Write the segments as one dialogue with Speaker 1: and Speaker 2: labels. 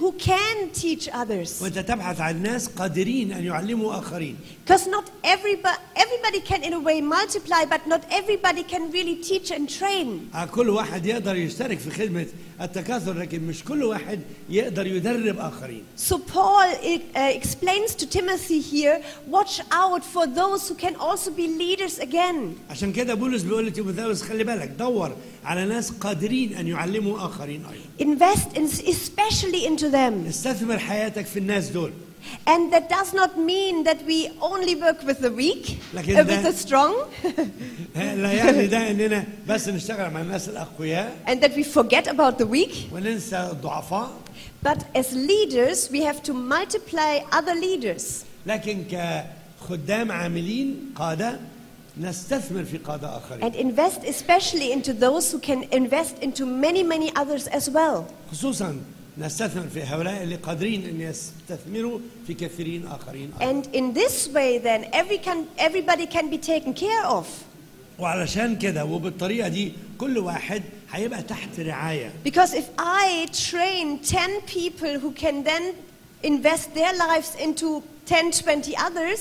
Speaker 1: who can teach others.
Speaker 2: وانت تبحث عن ناس قادرين ان يعلموا اخرين
Speaker 1: Because not everybody, everybody can, in a way, multiply, but not everybody can really teach and train.
Speaker 2: آه، كل واحد يقدر يشترك في خدمه التكاثر لكن مش كل واحد يقدر يدرب اخرين
Speaker 1: So Paul eh, uh, explains to Timothy here watch out for those who can also be leaders again.
Speaker 2: عشان كده بولس بيقول لتيموثاوس خلي بالك دور على ناس قادرين ان يعلموا اخرين ايضا
Speaker 1: Invest in, especially into them.
Speaker 2: استثمر حياتك في الناس دول
Speaker 1: And that does not mean that we only work with the weak,
Speaker 2: Like in
Speaker 1: uh, with
Speaker 2: the-
Speaker 1: the strong,
Speaker 2: لا يعني ده اننا بس نشتغل مع الناس الاقوياء
Speaker 1: and that we forget about the weak.
Speaker 2: وننسى الضعفاء
Speaker 1: But as leaders, we have to multiply other leaders.
Speaker 2: لكن كخدام عاملين قاده نستثمر في قاده اخرين
Speaker 1: And invest especially into those who can invest into many, many others as well.
Speaker 2: خصوصا نستثمر في هؤلاء اللي قادرين ان يستثمروا في كثيرين اخرين أيضاً.
Speaker 1: And in this way, then, every can, everybody can be taken care of.
Speaker 2: وعلشان كده وبالطريقه دي كل واحد هيبقى تحت رعايه
Speaker 1: Because if I train 10 people who can then invest their lives into 10, 20 others,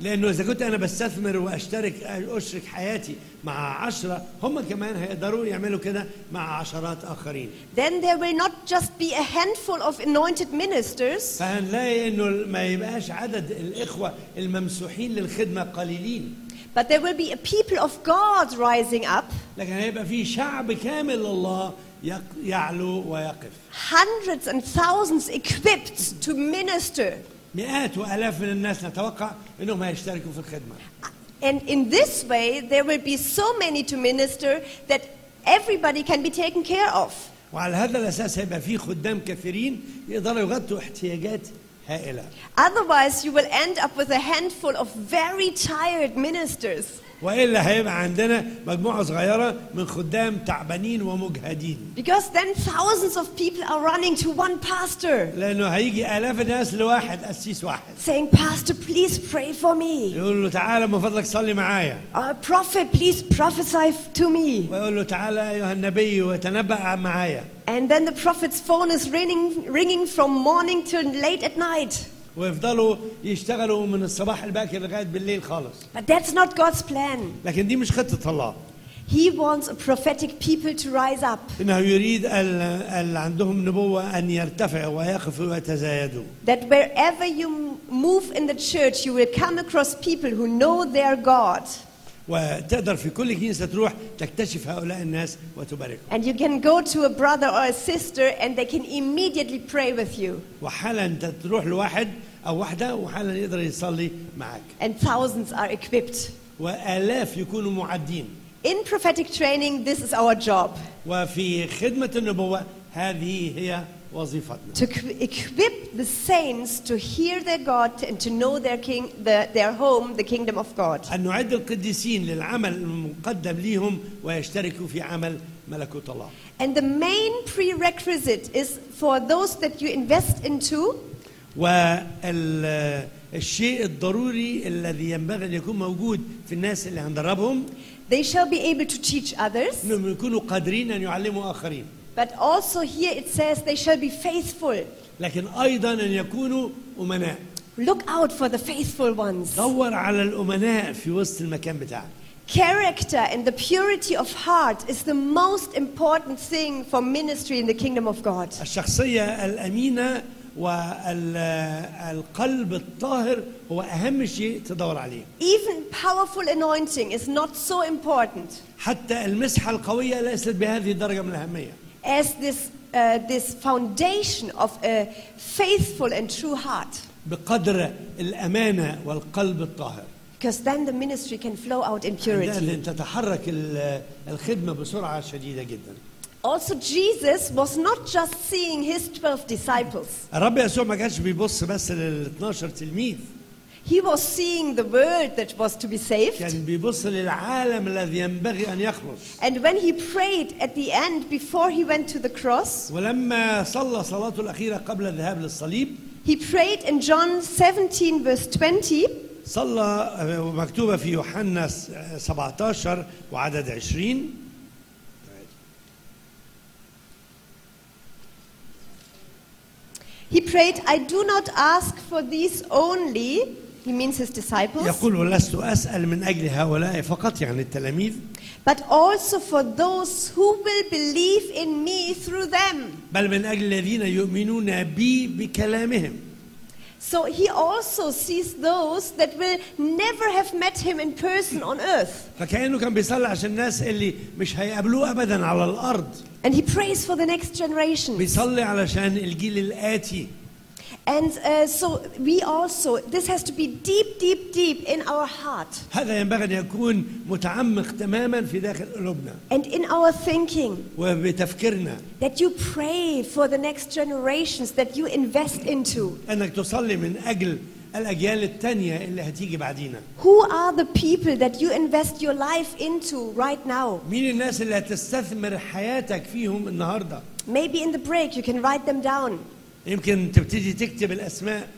Speaker 2: لانه اذا كنت انا بستثمر واشترك اشرك حياتي مع عشرة هم كمان هيقدروا يعملوا كده مع عشرات اخرين
Speaker 1: then there will not just be a handful of anointed ministers,
Speaker 2: فهنلاقي انه ما يبقاش عدد الاخوه الممسوحين للخدمه قليلين
Speaker 1: but there will be a people of God rising up,
Speaker 2: لكن هيبقى في شعب كامل لله يق- يعلو ويقف
Speaker 1: hundreds and thousands equipped to minister.
Speaker 2: مئات والاف من الناس نتوقع انهم هيشتركوا في الخدمه
Speaker 1: And in this way, there will be so many to minister that everybody can be taken care of.
Speaker 2: وعلى هذا الاساس هيبقى في خدام كثيرين يقدروا يغطوا احتياجات هائله
Speaker 1: Otherwise, you will end up with a handful of very tired ministers
Speaker 2: والا هيبقى عندنا مجموعه صغيره من خدام تعبانين ومجهدين
Speaker 1: because then thousands of people are running to one pastor
Speaker 2: لانه هيجي الاف الناس لواحد قسيس واحد
Speaker 1: saying, Pastor, please pray for me.
Speaker 2: يقول له تعالى من فضلك صلي معايا
Speaker 1: Uh, prophet, please prophesy f- to me.
Speaker 2: ويقول له تعالى ايها النبي وتنبأ معايا
Speaker 1: And then the prophet's phone is ringing, ringing from morning till late at night.
Speaker 2: ويفضلوا يشتغلوا من الصباح الباكر لغايه بالليل خالص
Speaker 1: But that's not God's plan.
Speaker 2: لكن دي مش خطه الله
Speaker 1: He wants a prophetic people to rise up.
Speaker 2: انه يريد ال- اللي عندهم نبوه ان يرتفعوا ويقفوا ويتزايدوا
Speaker 1: That wherever you m- move in the church, you will come across people who know their God.
Speaker 2: وتقدر في كل كنيسه تروح تكتشف هؤلاء الناس وتباركهم
Speaker 1: And you can go to a brother or a sister and they can immediately pray with you.
Speaker 2: وحالا انت تروح لواحد او واحده وحالا يقدر يصلي معك
Speaker 1: And thousands are equipped.
Speaker 2: والاف يكونوا معدين
Speaker 1: In prophetic training, this is our job
Speaker 2: وفي خدمة النبوة هذه هي وظيفتنا
Speaker 1: to equ- equip the saints to hear their God and to know their king, the, their home, the kingdom of God.
Speaker 2: أن نعد القديسين للعمل المقدم ليهم ويشتركوا في عمل ملكوت الله
Speaker 1: And the main prerequisite is for those that you invest into
Speaker 2: والشيء الضروري الذي ينبغي أن يكون موجود في الناس اللي هندربهم
Speaker 1: They shall be able to teach others,
Speaker 2: أنهم يكونوا قادرين أن يعلموا آخرين
Speaker 1: but also here it says they shall be faithful.
Speaker 2: لكن أيضا أن يكونوا أمناء
Speaker 1: Look out for the faithful ones.
Speaker 2: دور على الأمناء في وسط المكان بتاعك
Speaker 1: Character and the purity of heart is the most important thing for ministry in the kingdom of God.
Speaker 2: الشخصية الأمينة والقلب الطاهر هو أهم شيء تدور عليه
Speaker 1: Even powerful anointing is not so important
Speaker 2: حتى المسحة القوية ليست بهذه الدرجة من الأهمية
Speaker 1: as this, uh, this foundation of a faithful and true heart,
Speaker 2: بقدر الأمانة والقلب الطاهر
Speaker 1: because then the ministry can flow out in purity.
Speaker 2: لأن تتحرك ال- الخدمة بسرعة شديدة جدا
Speaker 1: Also, Jesus was not just seeing his 12 disciples,
Speaker 2: الرب يسوع ما كانش بيبص بس لل 12 تلميذ
Speaker 1: he was seeing the world that was to be saved.
Speaker 2: كان بيبص للعالم الذي ينبغي أن يخلص
Speaker 1: And when he prayed at the end, before he went to the cross,
Speaker 2: ولما صلى صلاته الأخيرة قبل الذهاب للصليب
Speaker 1: he prayed in John 17, verse 20
Speaker 2: صلى آه، مكتوبة في يوحنا 17 وعدد 20
Speaker 1: He prayed, I do not ask for these only, he means his disciples,
Speaker 2: يقول ولست أسأل من أجل هؤلاء فقط يعني التلاميذ
Speaker 1: but also for those who will believe in me through them.
Speaker 2: بل من أجل الذين يؤمنون بي بكلامهم
Speaker 1: So he also sees those that will never have met him in person on earth.
Speaker 2: فكأنه كان بيصلي عشان الناس اللي مش هيقابلوه أبدا على الأرض
Speaker 1: And he prays for the next generation.
Speaker 2: بيصلي علشان الجيل الآتي
Speaker 1: And uh, so we also, this has to be deep, deep, deep in our heart
Speaker 2: هذا ينبغي أن يكون متعمق تماما في داخل قلوبنا
Speaker 1: and in our thinking
Speaker 2: وبتفكيرنا
Speaker 1: that you pray for the next generations that you invest into.
Speaker 2: أنك تصلي من أجل الأجيال التانية اللي هتيجي بعدينا
Speaker 1: Who are the people that you invest your life into right now?
Speaker 2: مين الناس اللي هتستثمر حياتك فيهم النهاردة
Speaker 1: Maybe in the break you can write them down.
Speaker 2: يمكن تبتدي تكتب الأسماء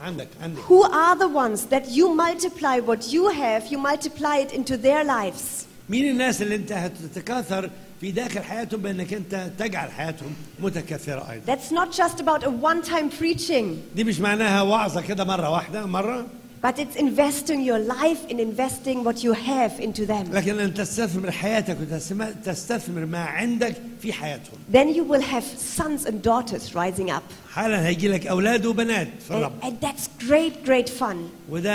Speaker 2: عندك عندك
Speaker 1: Who are the ones that you multiply what you have, you multiply it into their lives?
Speaker 2: مين الناس اللي انت هتتكاثر في داخل حياتهم بانك انت تجعل حياتهم متكاثره ايضا
Speaker 1: That's not just about a one time preaching,
Speaker 2: دي مش معناها وعظه كده مره واحده مره
Speaker 1: but it's investing your life in investing what you have into them.
Speaker 2: لكن ان تستثمر حياتك وتستثمر ما عندك في حياتهم
Speaker 1: Then you will have sons and daughters rising up.
Speaker 2: حالا هيجي لك اولاد وبنات في
Speaker 1: And,
Speaker 2: الرب
Speaker 1: and that's great, great fun.
Speaker 2: وده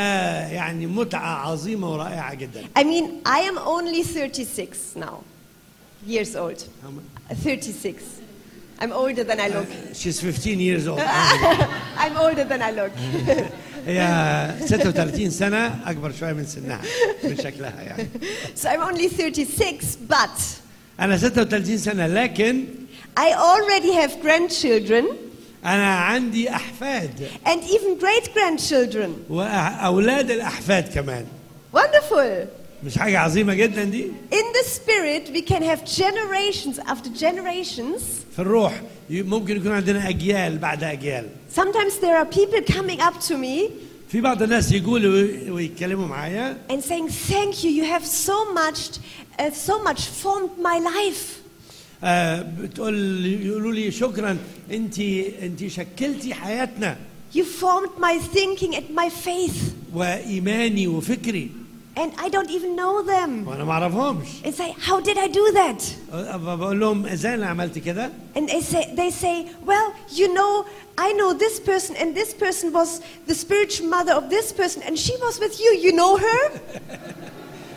Speaker 2: يعني متعه عظيمه ورائعه جدا
Speaker 1: I mean, I am only 36 now, years old. 36. I'm older than I look.
Speaker 2: She's 15 years old
Speaker 1: I'm older than I look.
Speaker 2: هي 36 سنه اكبر شويه من سنها من شكلها يعني
Speaker 1: so I'm only 36, but
Speaker 2: انا 36 سنه لكن
Speaker 1: I already have grandchildren
Speaker 2: انا عندي احفاد
Speaker 1: and even great grandchildren.
Speaker 2: واولاد الاحفاد كمان
Speaker 1: Wonderful.
Speaker 2: مش حاجه عظيمه جدا دي
Speaker 1: In the spirit, we can have generations after generations.
Speaker 2: في الروح ي- ممكن يكون عندنا اجيال بعد اجيال
Speaker 1: Sometimes there are people coming up to me
Speaker 2: في بعض الناس يجوا لي وي- ويتكلموا معايا
Speaker 1: and saying, "Thank you. You have so much, uh, so much formed my life."
Speaker 2: آه بتقول يقولوا لي شكرا انت انت شكلتي حياتنا
Speaker 1: You formed my thinking and my faith,
Speaker 2: وايماني وفكري
Speaker 1: and I don't even know them.
Speaker 2: وانا ما اعرفهمش
Speaker 1: And say, how did I do that?
Speaker 2: آه، بقول لهم ازاي انا عملت كده
Speaker 1: And they say, they say, well, you know, I know this person, and this person was the spiritual mother of this person, and she was with you. You know her?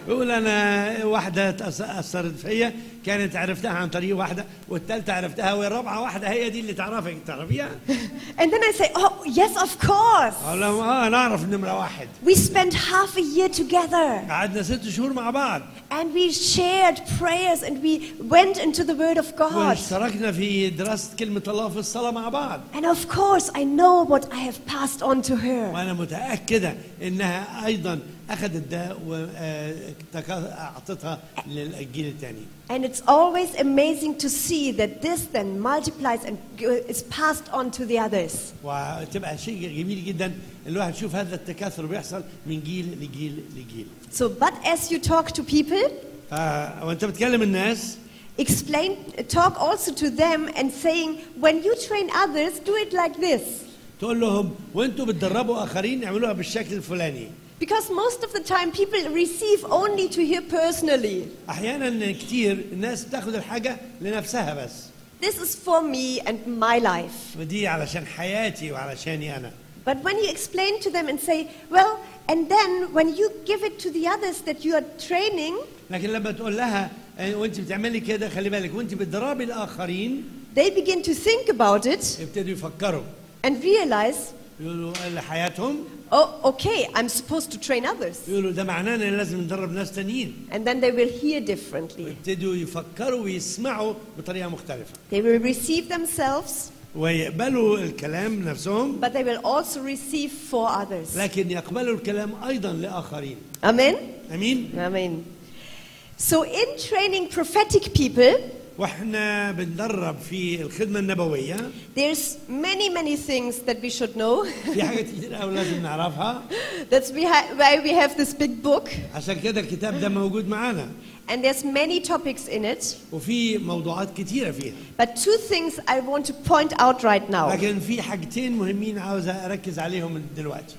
Speaker 2: بقول انا واحده تأس- اثرت فيا كانت عرفتها عن طريق واحده والثالثه عرفتها والرابعه واحده هي دي اللي تعرفك تعرفيها
Speaker 1: And then I say, oh, yes, of course.
Speaker 2: اقول لهم اه انا اعرف نمره واحد
Speaker 1: We spent half a year together,
Speaker 2: قعدنا ست شهور مع بعض
Speaker 1: and we shared prayers, and we went into the Word of God.
Speaker 2: واشتركنا في دراسه كلمه الله في الصلاه مع بعض
Speaker 1: And of course, I know what I have passed on to her.
Speaker 2: وانا متاكده انها ايضا اخذت ده واعطتها للجيل الثاني
Speaker 1: And it's always amazing to see that this then multiplies and g- is passed on to the others.
Speaker 2: وتبقى شيء جميل جدا الواحد يشوف هذا التكاثر بيحصل من جيل لجيل لجيل
Speaker 1: So, but as you talk to people,
Speaker 2: ف- وانت بتكلم الناس
Speaker 1: explain, talk also to them and saying, when you train others, do it like this.
Speaker 2: تقول لهم وانتوا بتدربوا اخرين اعملوها بالشكل الفلاني
Speaker 1: Because most of the time people receive only to hear personally.
Speaker 2: احيانا كتير الناس بتاخد الحاجه لنفسها بس
Speaker 1: This is for me and my life.
Speaker 2: ودي علشان حياتي وعلشاني انا
Speaker 1: But when you explain to them and say, well, and then when you give it to the others that you are training,
Speaker 2: لكن لما تقول لها آه، وانت بتعملي كده خلي بالك وانت بتدربي الاخرين
Speaker 1: they begin to think about it
Speaker 2: يبتدوا يفكروا
Speaker 1: and realize,
Speaker 2: يقولوا اللي حياتهم
Speaker 1: oh, okay, I'm supposed to train others.
Speaker 2: يقولوا ده معناه ان لازم ندرب ناس تانيين
Speaker 1: And then they will hear differently.
Speaker 2: يبتدوا يفكروا ويسمعوا بطريقه مختلفه
Speaker 1: They will receive themselves,
Speaker 2: ويقبلوا الكلام نفسهم
Speaker 1: but they will also receive for others.
Speaker 2: لكن يقبلوا الكلام ايضا لاخرين
Speaker 1: Amen?
Speaker 2: امين
Speaker 1: Amen. So, in training prophetic people,
Speaker 2: واحنا بندرب في الخدمه النبويه
Speaker 1: there's many, many things that we should know.
Speaker 2: في حاجات كتير قوي لازم نعرفها
Speaker 1: That's we ha- why we have this big book.
Speaker 2: عشان كده الكتاب ده موجود معانا
Speaker 1: and there's many topics in it.
Speaker 2: وفي موضوعات كتيرة فيها
Speaker 1: But two things I want to point out right now.
Speaker 2: لكن في حاجتين مهمين عاوز أركز عليهم من دلوقتي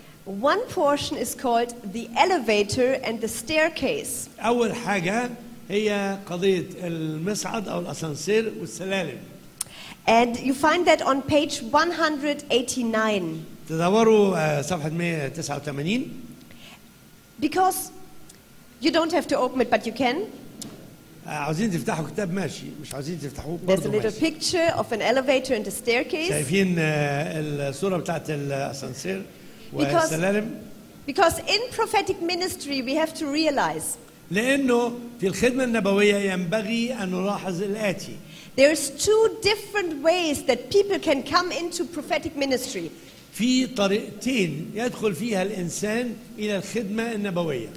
Speaker 1: One portion is called the elevator and the staircase.
Speaker 2: أول حاجة هي قضية المصعد أو الأسانسير والسلالم
Speaker 1: And you find that on page 189.
Speaker 2: تدوروا آه، صفحة 189
Speaker 1: Because you don't have to open it, but you can.
Speaker 2: آه، عاوزين تفتحوا كتاب ماشي مش عاوزين تفتحوه
Speaker 1: There's a
Speaker 2: برضه
Speaker 1: little
Speaker 2: ماشي
Speaker 1: picture of an elevator and a staircase.
Speaker 2: شايفين آه، الصورة بتاعت الأسانسير والسلالم
Speaker 1: Because in prophetic ministry, we have to realize
Speaker 2: لأنه في الخدمة النبوية ينبغي أن نلاحظ الآتي
Speaker 1: there's two different ways that people can come into prophetic ministry.
Speaker 2: في طريقتين يدخل فيها الإنسان إلى الخدمة النبوية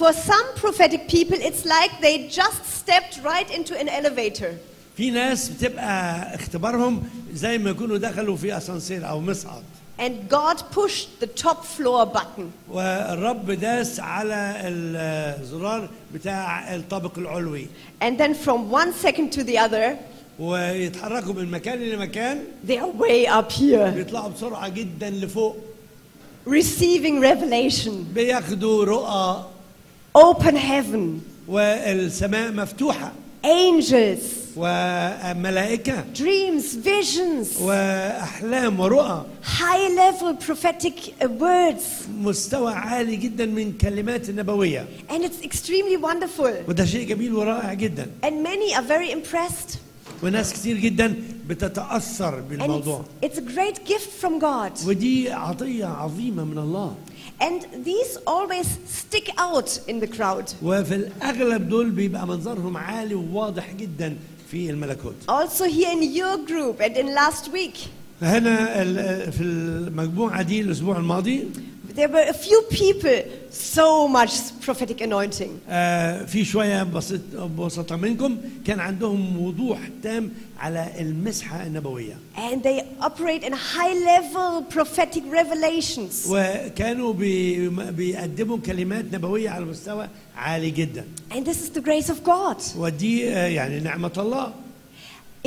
Speaker 1: For some prophetic people, it's like they just stepped right into an elevator.
Speaker 2: في ناس بتبقى اختبارهم زي ما يكونوا دخلوا في أسانسير أو مصعد
Speaker 1: And God pushed the top floor button.
Speaker 2: والرب داس على الزرار بتاع الطابق العلوي
Speaker 1: And then from one second to the other,
Speaker 2: ويتحركوا من مكان لمكان
Speaker 1: they are way up here,
Speaker 2: بيطلعوا بسرعة جدا لفوق
Speaker 1: receiving revelation,
Speaker 2: بياخدوا رؤى
Speaker 1: open heaven,
Speaker 2: والسماء مفتوحة
Speaker 1: angels,
Speaker 2: وملائكة
Speaker 1: dreams, visions,
Speaker 2: وأحلام ورؤى
Speaker 1: high level prophetic uh, words.
Speaker 2: مستوى عالي جدا من كلمات النبوية
Speaker 1: And it's extremely wonderful.
Speaker 2: وده شيء جميل ورائع جدا
Speaker 1: And many are very impressed.
Speaker 2: وناس كتير جدا بتتأثر
Speaker 1: And
Speaker 2: بالموضوع
Speaker 1: it's, it's a great gift from God.
Speaker 2: ودي عطية عظيمة من الله
Speaker 1: And these always stick out in the crowd.
Speaker 2: وفي الأغلب دول بيبقى منظرهم عالي وواضح جدا في الملكوت
Speaker 1: Also, here in your group and in last week,
Speaker 2: هنا ال- في المجموعة دي الأسبوع الماضي
Speaker 1: There were a few people, so much prophetic anointing.
Speaker 2: آه، في شوية بسيط- بسطة منكم كان عندهم وضوح تام على المسحة النبوية
Speaker 1: And they operate in high level prophetic revelations.
Speaker 2: وكانوا بي- بيقدموا كلمات نبوية على مستوى عالي جدا
Speaker 1: And this is the grace of God.
Speaker 2: ودي آه، يعني نعمة الله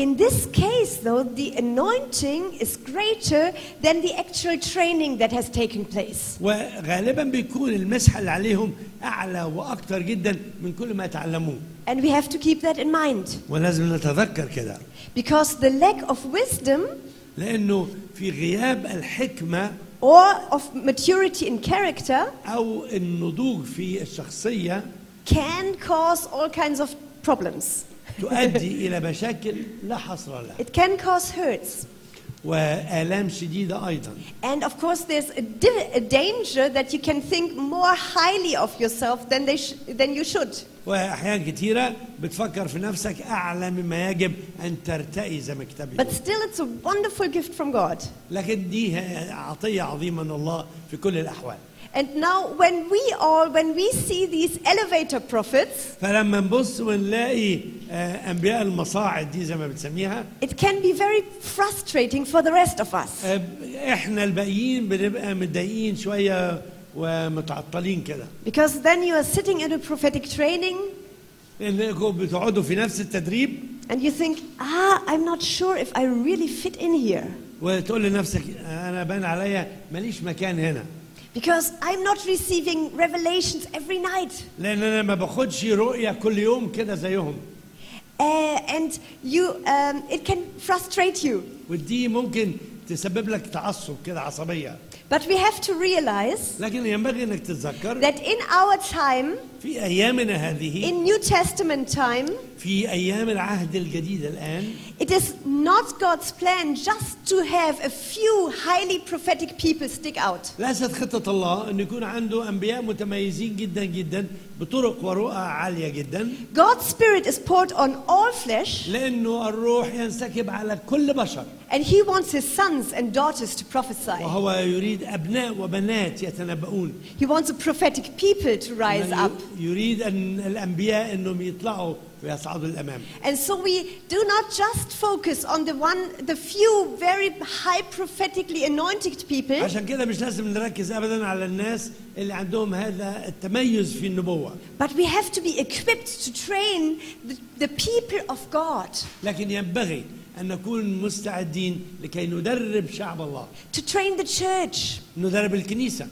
Speaker 1: In this case, though, the anointing is greater than the actual training that has taken place.
Speaker 2: وغالبا بيكون المسحة اللي عليهم أعلى وأكتر جدا من كل ما تعلموه
Speaker 1: And we have to keep that in mind.
Speaker 2: ولازم نتذكر كده
Speaker 1: Because the lack of wisdom
Speaker 2: لانه في غياب الحكمه
Speaker 1: or of maturity in character
Speaker 2: او النضوج في الشخصيه
Speaker 1: can cause all kinds of problems.
Speaker 2: تؤدي الى مشاكل لا حصر لها
Speaker 1: It can cause hurts.
Speaker 2: والام شديده ايضا
Speaker 1: And of course, there's a, di- a danger that you can think more highly of yourself than, they sh- than you should.
Speaker 2: واحيان كثيره بتفكر في نفسك اعلى مما يجب ان ترتقي زي ما الكتاب
Speaker 1: But
Speaker 2: بيقول
Speaker 1: still, it's a wonderful gift from God.
Speaker 2: لكن دي عطيه عظيمه من الله في كل الاحوال
Speaker 1: And now, when we all, when we see these elevator prophets,
Speaker 2: فلما نبص ونلاقي آه، انبياء المصاعد دي زي ما بتسميها
Speaker 1: it can be very frustrating for the rest of us.
Speaker 2: آه، احنا الباقيين بنبقى متضايقين شويه ومتعطلين كده
Speaker 1: Because then you are sitting in a prophetic training
Speaker 2: لانكم بتقعدوا في نفس التدريب
Speaker 1: and you think, ah, I'm not sure if I really fit in here.
Speaker 2: وتقول لنفسك انا بان عليا ماليش مكان هنا
Speaker 1: Because I'm not receiving revelations every night.
Speaker 2: لان انا ما باخدش رؤيه كل يوم كده زيهم
Speaker 1: Uh, and you, um, it can frustrate you.
Speaker 2: ودي ممكن تسبب لك تعصب كده عصبيه
Speaker 1: But we have to realize
Speaker 2: لكن ينبغي انك تتذكر
Speaker 1: that in our time,
Speaker 2: في ايامنا هذه
Speaker 1: in New Testament time,
Speaker 2: في ايام العهد الجديد الان
Speaker 1: it is not God's plan just to have a few highly prophetic people stick out.
Speaker 2: ليست خطه الله ان يكون عنده انبياء متميزين جدا جدا بطرق ورؤى عاليه جدا
Speaker 1: God's Spirit is poured on all flesh,
Speaker 2: لانه الروح ينسكب على كل بشر
Speaker 1: and He wants His sons and daughters to prophesy.
Speaker 2: وهو يريد ابناء وبنات يتنبؤون
Speaker 1: He wants a prophetic people to rise
Speaker 2: من
Speaker 1: up.
Speaker 2: ي- يريد ان الانبياء انهم يطلعوا ويصعدوا للأمام
Speaker 1: And so we do not just focus on the one, the few very high prophetically anointed people,
Speaker 2: عشان كده مش لازم نركز أبدا على الناس اللي عندهم هذا التميز في النبوة
Speaker 1: but we have to be equipped to train the, the people of God,
Speaker 2: لكن ينبغي أن نكون مستعدين لكي ندرب شعب الله
Speaker 1: to train the church,
Speaker 2: ندرب الكنيسة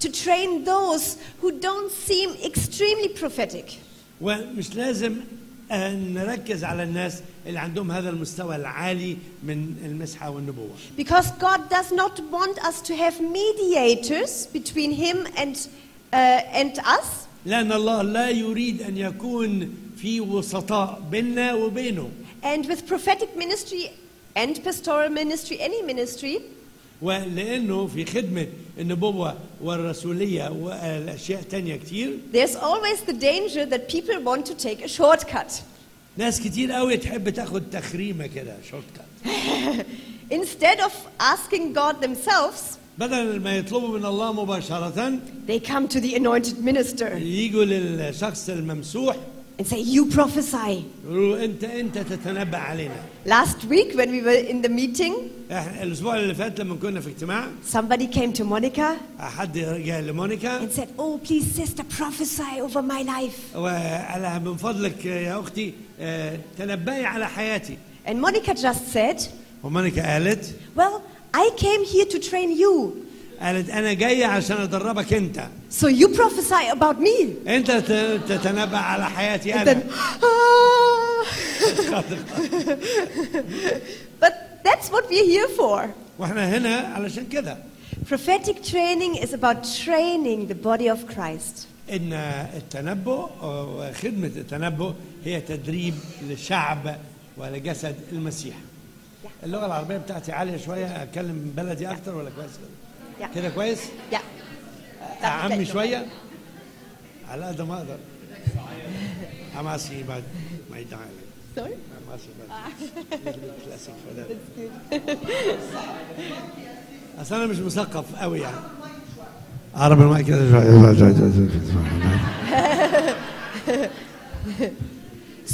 Speaker 1: to train those who don't seem extremely prophetic.
Speaker 2: ومش لازم أن نركز على الناس اللي عندهم هذا المستوى العالي من المسحة والنبوة
Speaker 1: Because God does not want us to have mediators between Him and, uh, and us,
Speaker 2: لأن الله لا يريد أن يكون في وسطاء بيننا وبينه
Speaker 1: and with prophetic ministry and pastoral ministry, any ministry,
Speaker 2: ولأنه في خدمة النبوة والرسولية والأشياء تانية كتير
Speaker 1: There's always the danger that people want to take a shortcut.
Speaker 2: ناس كتير قوي تحب تاخد تخريمة كده شورت كات
Speaker 1: Instead of asking God themselves,
Speaker 2: بدل ما يطلبوا من الله مباشرة
Speaker 1: they come to the anointed minister
Speaker 2: يجوا للشخص الممسوح
Speaker 1: and say, You prophesy.
Speaker 2: يقولوا له أنت أنت تتنبأ علينا
Speaker 1: Last week, when we were in the meeting,
Speaker 2: احنا الأسبوع اللي فات لما كنا في اجتماع
Speaker 1: somebody came to Monica
Speaker 2: حد جاء لمونيكا
Speaker 1: and said, Oh, please, sister, prophesy over my life.
Speaker 2: وقال لها من فضلك يا أختي آه، تنبأي على حياتي
Speaker 1: And Monica just said,
Speaker 2: ومونيكا قالت
Speaker 1: Well, I came here to train you.
Speaker 2: قالت أنا جاية عشان أدربك أنت
Speaker 1: So you prophesy about me.
Speaker 2: أنت ت- تتنبأ على حياتي
Speaker 1: And
Speaker 2: أنا
Speaker 1: then, ah. but that's what we're here for.
Speaker 2: وإحنا هنا علشان كده
Speaker 1: Prophetic training is about training the body of Christ.
Speaker 2: ان التنبؤ وخدمه التنبؤ هي تدريب لشعب ولجسد المسيح اللغه العربيه بتاعتي عاليه شويه اتكلم بلدي اكتر ولا كويس كده؟
Speaker 1: Yeah.
Speaker 2: كده كويس
Speaker 1: Yeah.
Speaker 2: اعمي شويه على قد ما اقدر I'm asking about my dialect.
Speaker 1: Sorry?
Speaker 2: I'm asking about a little bit classic for that. اصل انا مش مثقف قوي يعني قرب المايك كده شويه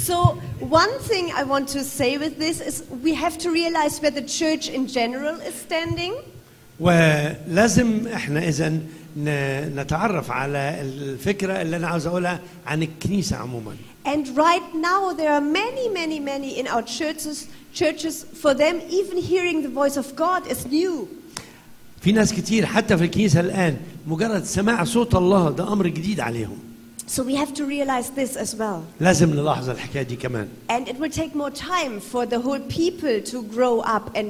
Speaker 1: So, one thing I want to say with this is we have to realize where the church in general is standing.
Speaker 2: ولازم احنا اذا نتعرف على الفكره اللي انا عاوز اقولها عن الكنيسه عموما
Speaker 1: And right now, there are many, many, many in our churches. Churches, for them, even hearing the voice of God is new.
Speaker 2: في ناس كتير حتى في الكنيسه الان مجرد سماع صوت الله ده امر جديد عليهم
Speaker 1: So, we have to realize this as well.
Speaker 2: لازم نلاحظ الحكايه دي كمان
Speaker 1: And it will take more time for the whole people to grow up and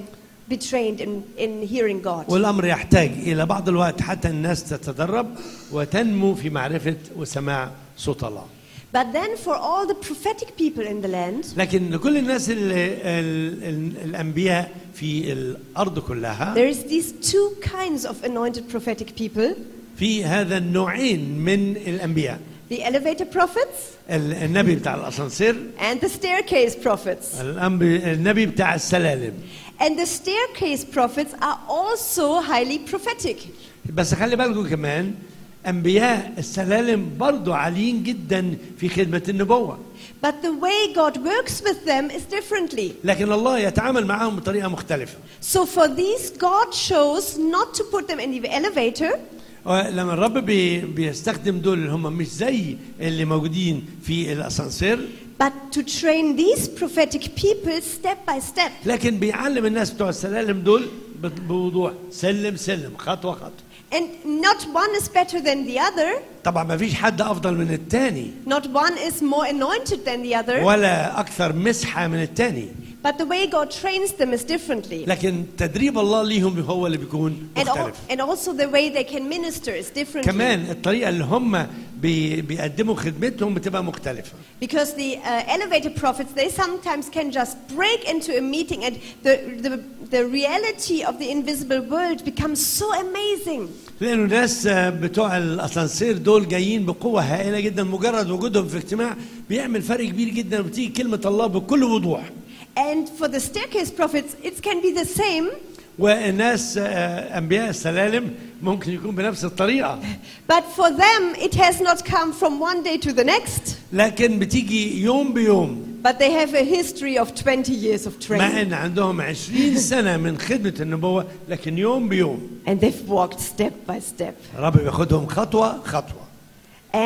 Speaker 1: be trained in, in hearing God.
Speaker 2: والامر يحتاج الى بعض الوقت حتى الناس تتدرب وتنمو في معرفه وسماع صوت الله
Speaker 1: But then, for all the prophetic people in the land,
Speaker 2: لكن لكل الناس اللي ال- ال- الانبياء في الارض كلها
Speaker 1: there is these two kinds of anointed prophetic people
Speaker 2: في هذا النوعين من الانبياء
Speaker 1: the elevator prophets
Speaker 2: ال- النبي بتاع الاسانسير
Speaker 1: and the staircase prophets.
Speaker 2: الأنبي- النبي بتاع السلالم
Speaker 1: And the staircase prophets are also highly prophetic.
Speaker 2: بس خلي بالكم كمان انبياء السلالم برضو عاليين جدا في خدمه النبوه
Speaker 1: But the way God works with them is differently.
Speaker 2: لكن الله يتعامل معاهم بطريقه مختلفه
Speaker 1: So, for these, God chose not to put them in the elevator,
Speaker 2: لما الرب بي بيستخدم دول اللي هم مش زي اللي موجودين في الاسانسير
Speaker 1: but to train these prophetic people step by step.
Speaker 2: لكن بيعلم الناس بتوع السلالم دول ب- بوضوح سلم سلم خطوه خطوه
Speaker 1: And not one is better than the other,
Speaker 2: طبعا ما فيش حد افضل من التاني
Speaker 1: not one is more anointed than the other.
Speaker 2: ولا اكثر مسحه من التاني
Speaker 1: But the way God trains them is differently.
Speaker 2: لكن تدريب الله ليهم هو اللي بيكون
Speaker 1: And, al-
Speaker 2: مختلف
Speaker 1: and also the way they can minister is differently.
Speaker 2: كمان الطريقه اللي هم بي بيقدموا خدمتهم بتبقى مختلفه
Speaker 1: Because the uh, elevator prophets, they sometimes can just break into a meeting and the, the, the reality of the invisible world becomes so amazing.
Speaker 2: لانه ناس آه، بتوع الاسانسير دول جايين بقوه هائله جدا مجرد وجودهم في اجتماع بيعمل فرق كبير جدا وبتيجي كلمه الله بكل وضوح
Speaker 1: And for the staircase prophets, it can be the same.
Speaker 2: وناس آه، انبياء السلالم ممكن يكون بنفس الطريقه
Speaker 1: But for them, it has not come from one day to the next,
Speaker 2: لكن بتيجي يوم بيوم
Speaker 1: but they have a history of 20 years of
Speaker 2: مع
Speaker 1: training.
Speaker 2: ان عندهم 20 سنه من خدمه النبوه لكن يوم بيوم
Speaker 1: And they've walked step by step.
Speaker 2: الرب بياخدهم خطوه خطوه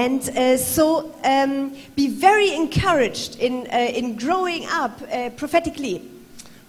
Speaker 1: And uh, so um, be very encouraged in, uh, in growing up uh, prophetically.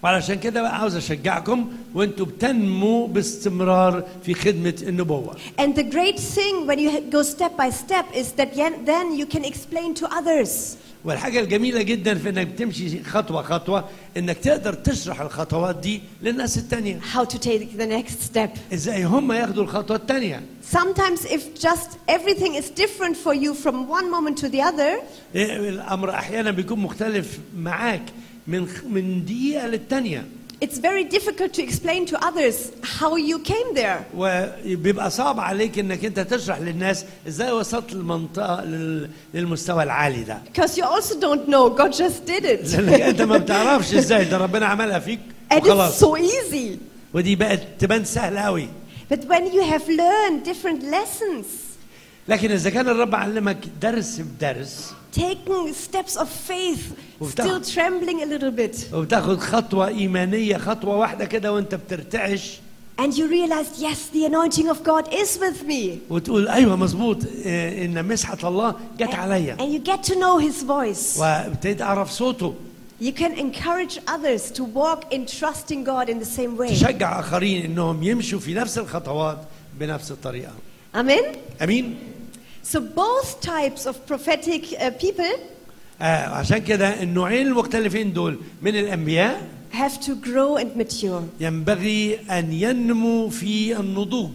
Speaker 2: وعلشان كده بقى عاوز اشجعكم وانتوا بتنموا باستمرار في خدمه النبوه
Speaker 1: And the great thing when you ha- go step by step is that yen- then you can explain to others.
Speaker 2: والحاجه الجميله جدا في انك بتمشي خطوه خطوه انك تقدر تشرح الخطوات دي للناس التانيه
Speaker 1: how to take the next step.
Speaker 2: ازاي هم ياخدوا الخطوه التانيه
Speaker 1: Sometimes, if just everything is different for you from one moment to the other,
Speaker 2: إيه، الامر احيانا بيكون مختلف معاك من خ- من دقيقه للتانيه
Speaker 1: it's very difficult to explain to others how you came there.
Speaker 2: وبيبقى صعب عليك انك انت تشرح للناس ازاي وصلت للمنطقه لل- للمستوى العالي ده
Speaker 1: Because you also don't know, God just did it.
Speaker 2: لانك انت ما بتعرفش ازاي ده ربنا عملها فيك
Speaker 1: And it's
Speaker 2: وخلاص
Speaker 1: so easy.
Speaker 2: ودي بقت تبان سهله قوي
Speaker 1: But when you have learned different lessons,
Speaker 2: لكن اذا كان الرب علمك درس بدرس
Speaker 1: taken steps of faith,
Speaker 2: Well,
Speaker 1: still
Speaker 2: that-
Speaker 1: trembling a little bit,
Speaker 2: وبتاخد خطوه ايمانيه خطوه واحده كده وانت بترتعش
Speaker 1: and you realize, yes, the anointing of God is with me.
Speaker 2: وتقول ايوه مظبوط إيه، ان مسحه الله جت عليا
Speaker 1: And you get to know His voice.
Speaker 2: وابتديت اعرف صوته
Speaker 1: You can encourage others to walk in trusting God in the same way.
Speaker 2: تشجع اخرين انهم يمشوا في نفس الخطوات بنفس الطريقه
Speaker 1: Amen.
Speaker 2: امين
Speaker 1: So both types of prophetic uh, people
Speaker 2: آه عشان كده النوعين المختلفين دول من الانبياء
Speaker 1: have to grow and mature.
Speaker 2: ينبغي ان ينمو في النضوج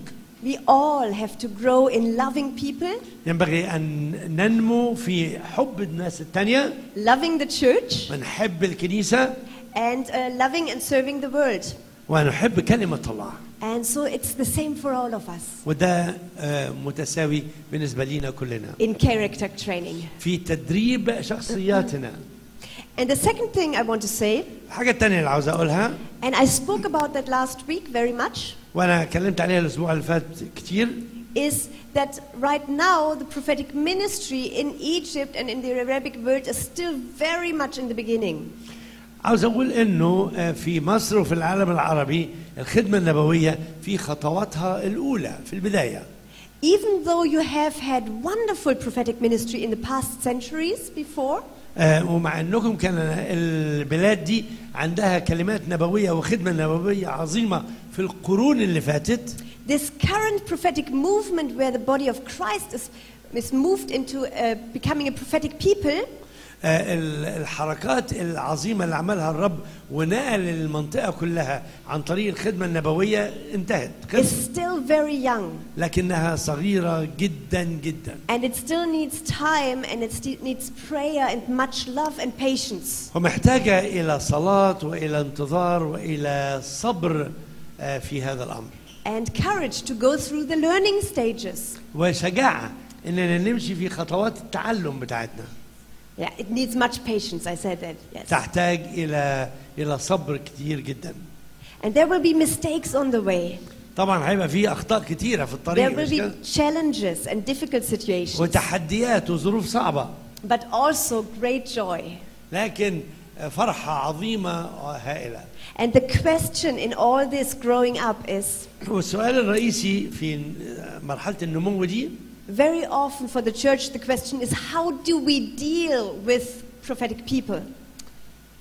Speaker 1: We all have to grow in loving people,
Speaker 2: ينبغي ان ننمو في حب الناس التانية
Speaker 1: loving the church,
Speaker 2: ونحب الكنيسه
Speaker 1: and uh, loving and serving the world.
Speaker 2: ونحب كلمه الله
Speaker 1: And so it's the same for all of us
Speaker 2: وده آه متساوي بالنسبه لينا كلنا
Speaker 1: in character training.
Speaker 2: في تدريب شخصياتنا
Speaker 1: And the second thing I want to say,
Speaker 2: الحاجه التانية اللي عاوز اقولها
Speaker 1: and I spoke about that last week very much,
Speaker 2: وانا اتكلمت عليها الاسبوع اللي فات كتير
Speaker 1: is that right now the prophetic ministry in Egypt and in the Arabic world is still very much in the beginning.
Speaker 2: عاوز اقول انه آه، في مصر وفي العالم العربي الخدمه النبويه في خطواتها الاولى في البدايه
Speaker 1: Even though you have had wonderful prophetic ministry in the past centuries before,
Speaker 2: آه، ومع انكم كان البلاد دي عندها كلمات نبويه وخدمه نبويه عظيمه في القرون اللي فاتت
Speaker 1: this current prophetic movement where the body of Christ is, is moved into uh, becoming a prophetic people
Speaker 2: آه، ال- الحركات العظيمه اللي عملها الرب ونقل المنطقه كلها عن طريق الخدمه النبويه انتهت خلصت.
Speaker 1: is still very young.
Speaker 2: لكنها صغيره جدا جدا
Speaker 1: And it still needs time and it still needs prayer and much love and patience.
Speaker 2: ومحتاجة إلى صلاة وإلى انتظار وإلى صبر آه، في هذا الأمر
Speaker 1: and courage to go through the learning stages.
Speaker 2: وشجاعة إننا نمشي في خطوات التعلم بتاعتنا
Speaker 1: Yeah, it needs much patience, I said that, yes.
Speaker 2: تحتاج إلى إلى صبر كتير جدا
Speaker 1: And there will be mistakes on the way.
Speaker 2: طبعا هيبقى في أخطاء كتيرة في
Speaker 1: There
Speaker 2: الطريق
Speaker 1: will
Speaker 2: مش
Speaker 1: be
Speaker 2: كده؟
Speaker 1: challenges and difficult situations,
Speaker 2: وتحديات وظروف صعبة
Speaker 1: but also great joy.
Speaker 2: لكن آه، فرحة عظيمة هائلة
Speaker 1: And the question in all this growing up is
Speaker 2: والسؤال الرئيسي في آه، مرحلة النمو دي
Speaker 1: very often for the church, the question is how do we deal with prophetic people?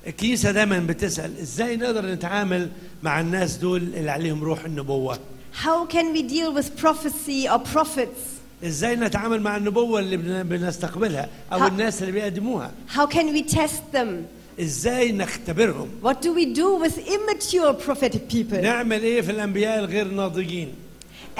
Speaker 2: الكنيسة دايما بتسأل ازاي نقدر نتعامل مع الناس دول اللي عليهم روح النبوة
Speaker 1: How can we deal with prophecy or prophets?
Speaker 2: ازاي نتعامل مع النبوة اللي بن- بنستقبلها او
Speaker 1: ها.
Speaker 2: الناس اللي بيقدموها
Speaker 1: How can we test them?
Speaker 2: ازاي نختبرهم
Speaker 1: What do we do with immature prophetic people?
Speaker 2: نعمل ايه في الانبياء الغير ناضجين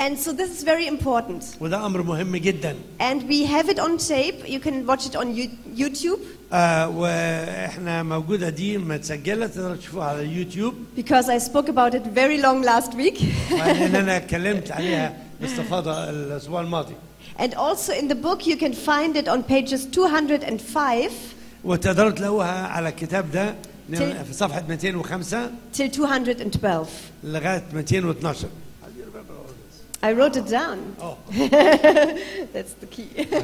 Speaker 1: And so this is very important.
Speaker 2: وده امر مهم جدا
Speaker 1: And we have it on tape. You can watch it on Yo- YouTube
Speaker 2: آه واحنا موجودة دي متسجلة تقدروا تشوفوها على اليوتيوب
Speaker 1: because I spoke about it very long last week.
Speaker 2: لان انا اتكلمت عليها باستفاضة الاسبوع الماضي
Speaker 1: and also in the book, you can find it on pages 205
Speaker 2: وتقدروا تلاقوها على الكتاب ده
Speaker 1: تل-
Speaker 2: في صفحه 205
Speaker 1: till 212.
Speaker 2: لغايه 212
Speaker 1: I wrote it down.
Speaker 2: Oh.
Speaker 1: That's the key.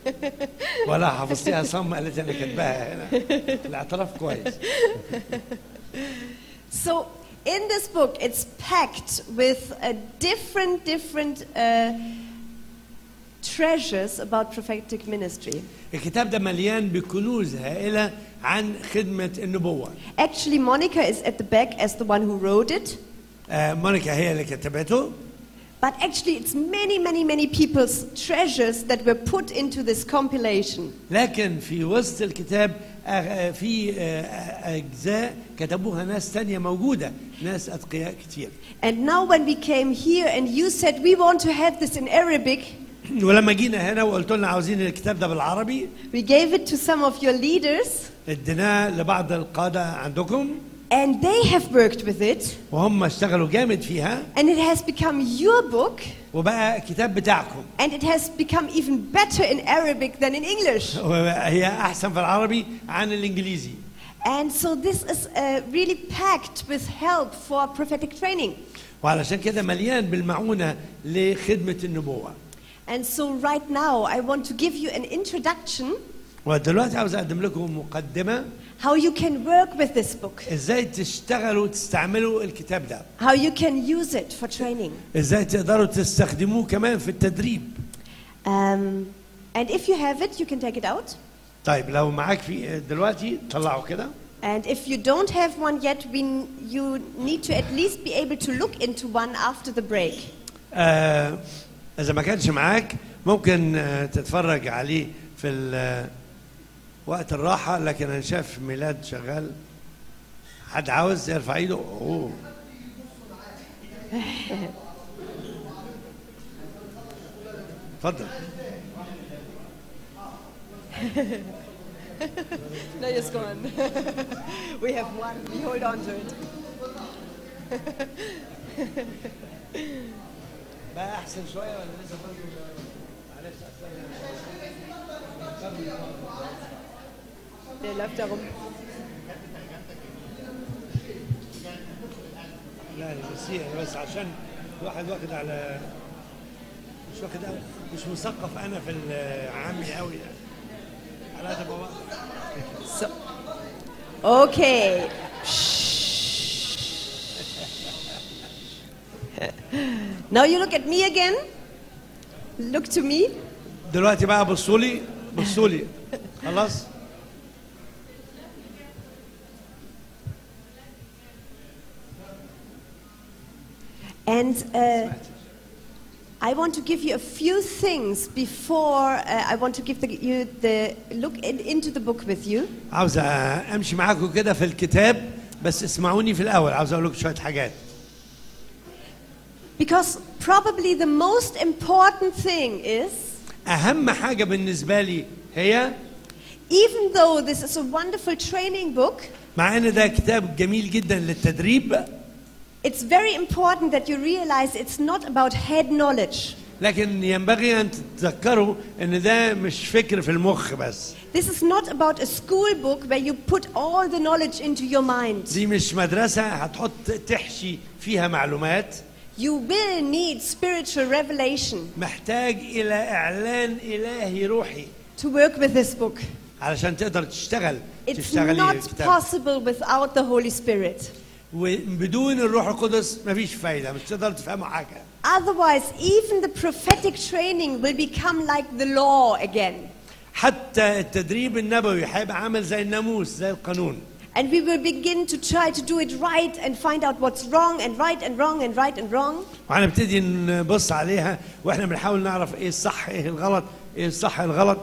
Speaker 2: ولا حفظتيها صم التي انا كاتباها هنا الاعتراف كويس
Speaker 1: So in this book, it's packed with uh, different, different uh, treasures about prophetic ministry.
Speaker 2: الكتاب ده مليان بكنوز هائله عن خدمه النبوه
Speaker 1: Actually, Monica is at the back as the one who wrote it,
Speaker 2: آه، مونيكا هي اللي كتبته
Speaker 1: but actually, it's many, many, many people's treasures that were put into this compilation.
Speaker 2: لكن في وسط الكتاب آه، آه، في آه، آه، اجزاء كتبوها ناس تانية موجوده ناس اتقياء كتير
Speaker 1: And now, when we came here and you said we want to have this in Arabic,
Speaker 2: ولما جينا هنا وقلت لنا عاوزين الكتاب ده بالعربي
Speaker 1: we gave it to some of your leaders,
Speaker 2: اديناه لبعض القاده عندكم
Speaker 1: and they have worked with it,
Speaker 2: وهم اشتغلوا جامد فيها
Speaker 1: and it has become your book.
Speaker 2: وبقى كتاب بتاعكم
Speaker 1: And it has become even better in Arabic than in English.
Speaker 2: هي احسن في العربي عن الانجليزي
Speaker 1: And so this is uh, really packed with help for prophetic training.
Speaker 2: وعلشان كده مليان بالمعونه لخدمه النبوه
Speaker 1: And so right now I want to give you an introduction
Speaker 2: ودلوقتي عاوز اقدم لكم مقدمه
Speaker 1: how you can work with this book,
Speaker 2: ازاي تشتغلوا وتستعملوا الكتاب ده
Speaker 1: how you can use it for training.
Speaker 2: ازاي تقدروا تستخدموه كمان في التدريب
Speaker 1: Um, and if you have it, you can take it out.
Speaker 2: طيب لو معاك في دلوقتي طلعه كده
Speaker 1: And if you don't have one yet, we, n- you need to at least be able to look into one after the break.
Speaker 2: آه اذا ما كانش معاك ممكن آه تتفرج عليه في ال- آه، وقت الراحه لكن انا شايف ميلاد شغال حد عاوز يرفع ايده اوه اتفضل
Speaker 1: No, it's gone. we have one. We hold on to it.
Speaker 2: بقى احسن شويه ولا لسه برضه
Speaker 1: Der läuft da rum.
Speaker 2: لا لا، بس هي بس عشان الواحد واخد على مش واخد قوي مش مثقف انا في العامي قوي يعني على قد ما بقدر.
Speaker 1: So. Okay. now you look at me again. Look to me.
Speaker 2: دلوقتي بقى بصوا لي بصوا لي خلاص
Speaker 1: And uh, I want to give you a few things before uh, I want to give the, you the look in, into the book with you.
Speaker 2: عاوز امشي معاكم كده في الكتاب بس اسمعوني في الاول عاوز اقول لكم شويه حاجات
Speaker 1: Because probably the most important thing is
Speaker 2: اهم حاجه بالنسبه لي هي
Speaker 1: even though this is a wonderful training book,
Speaker 2: مع ان ده كتاب جميل جدا للتدريب
Speaker 1: It's very important that you realize it's not about head knowledge.
Speaker 2: لكن ينبغي ان تتذكروا ان ده مش فكر في المخ بس
Speaker 1: This is not about a school book where you put all the knowledge into your mind.
Speaker 2: دي مش مدرسة هتحط تحشي فيها معلومات
Speaker 1: You will need spiritual revelation
Speaker 2: محتاج إلى إعلان إلهي روحي
Speaker 1: to work with this book.
Speaker 2: علشان تقدر تشتغل
Speaker 1: It's
Speaker 2: تشتغلي
Speaker 1: not
Speaker 2: الكتاب
Speaker 1: possible without the Holy Spirit.
Speaker 2: وبدون الروح القدس مفيش فايدة مش تقدر تفهموا حاجة
Speaker 1: Otherwise, even the prophetic training will become like the law again.
Speaker 2: حتى التدريب النبوي هيبقى عامل زي الناموس زي القانون
Speaker 1: And we will begin to try to do it right and find out what's wrong and right and wrong and right and wrong.
Speaker 2: وهنبتدي نبص عليها واحنا بنحاول نعرف ايه الصح ايه الغلط ايه الصح إيه الغلط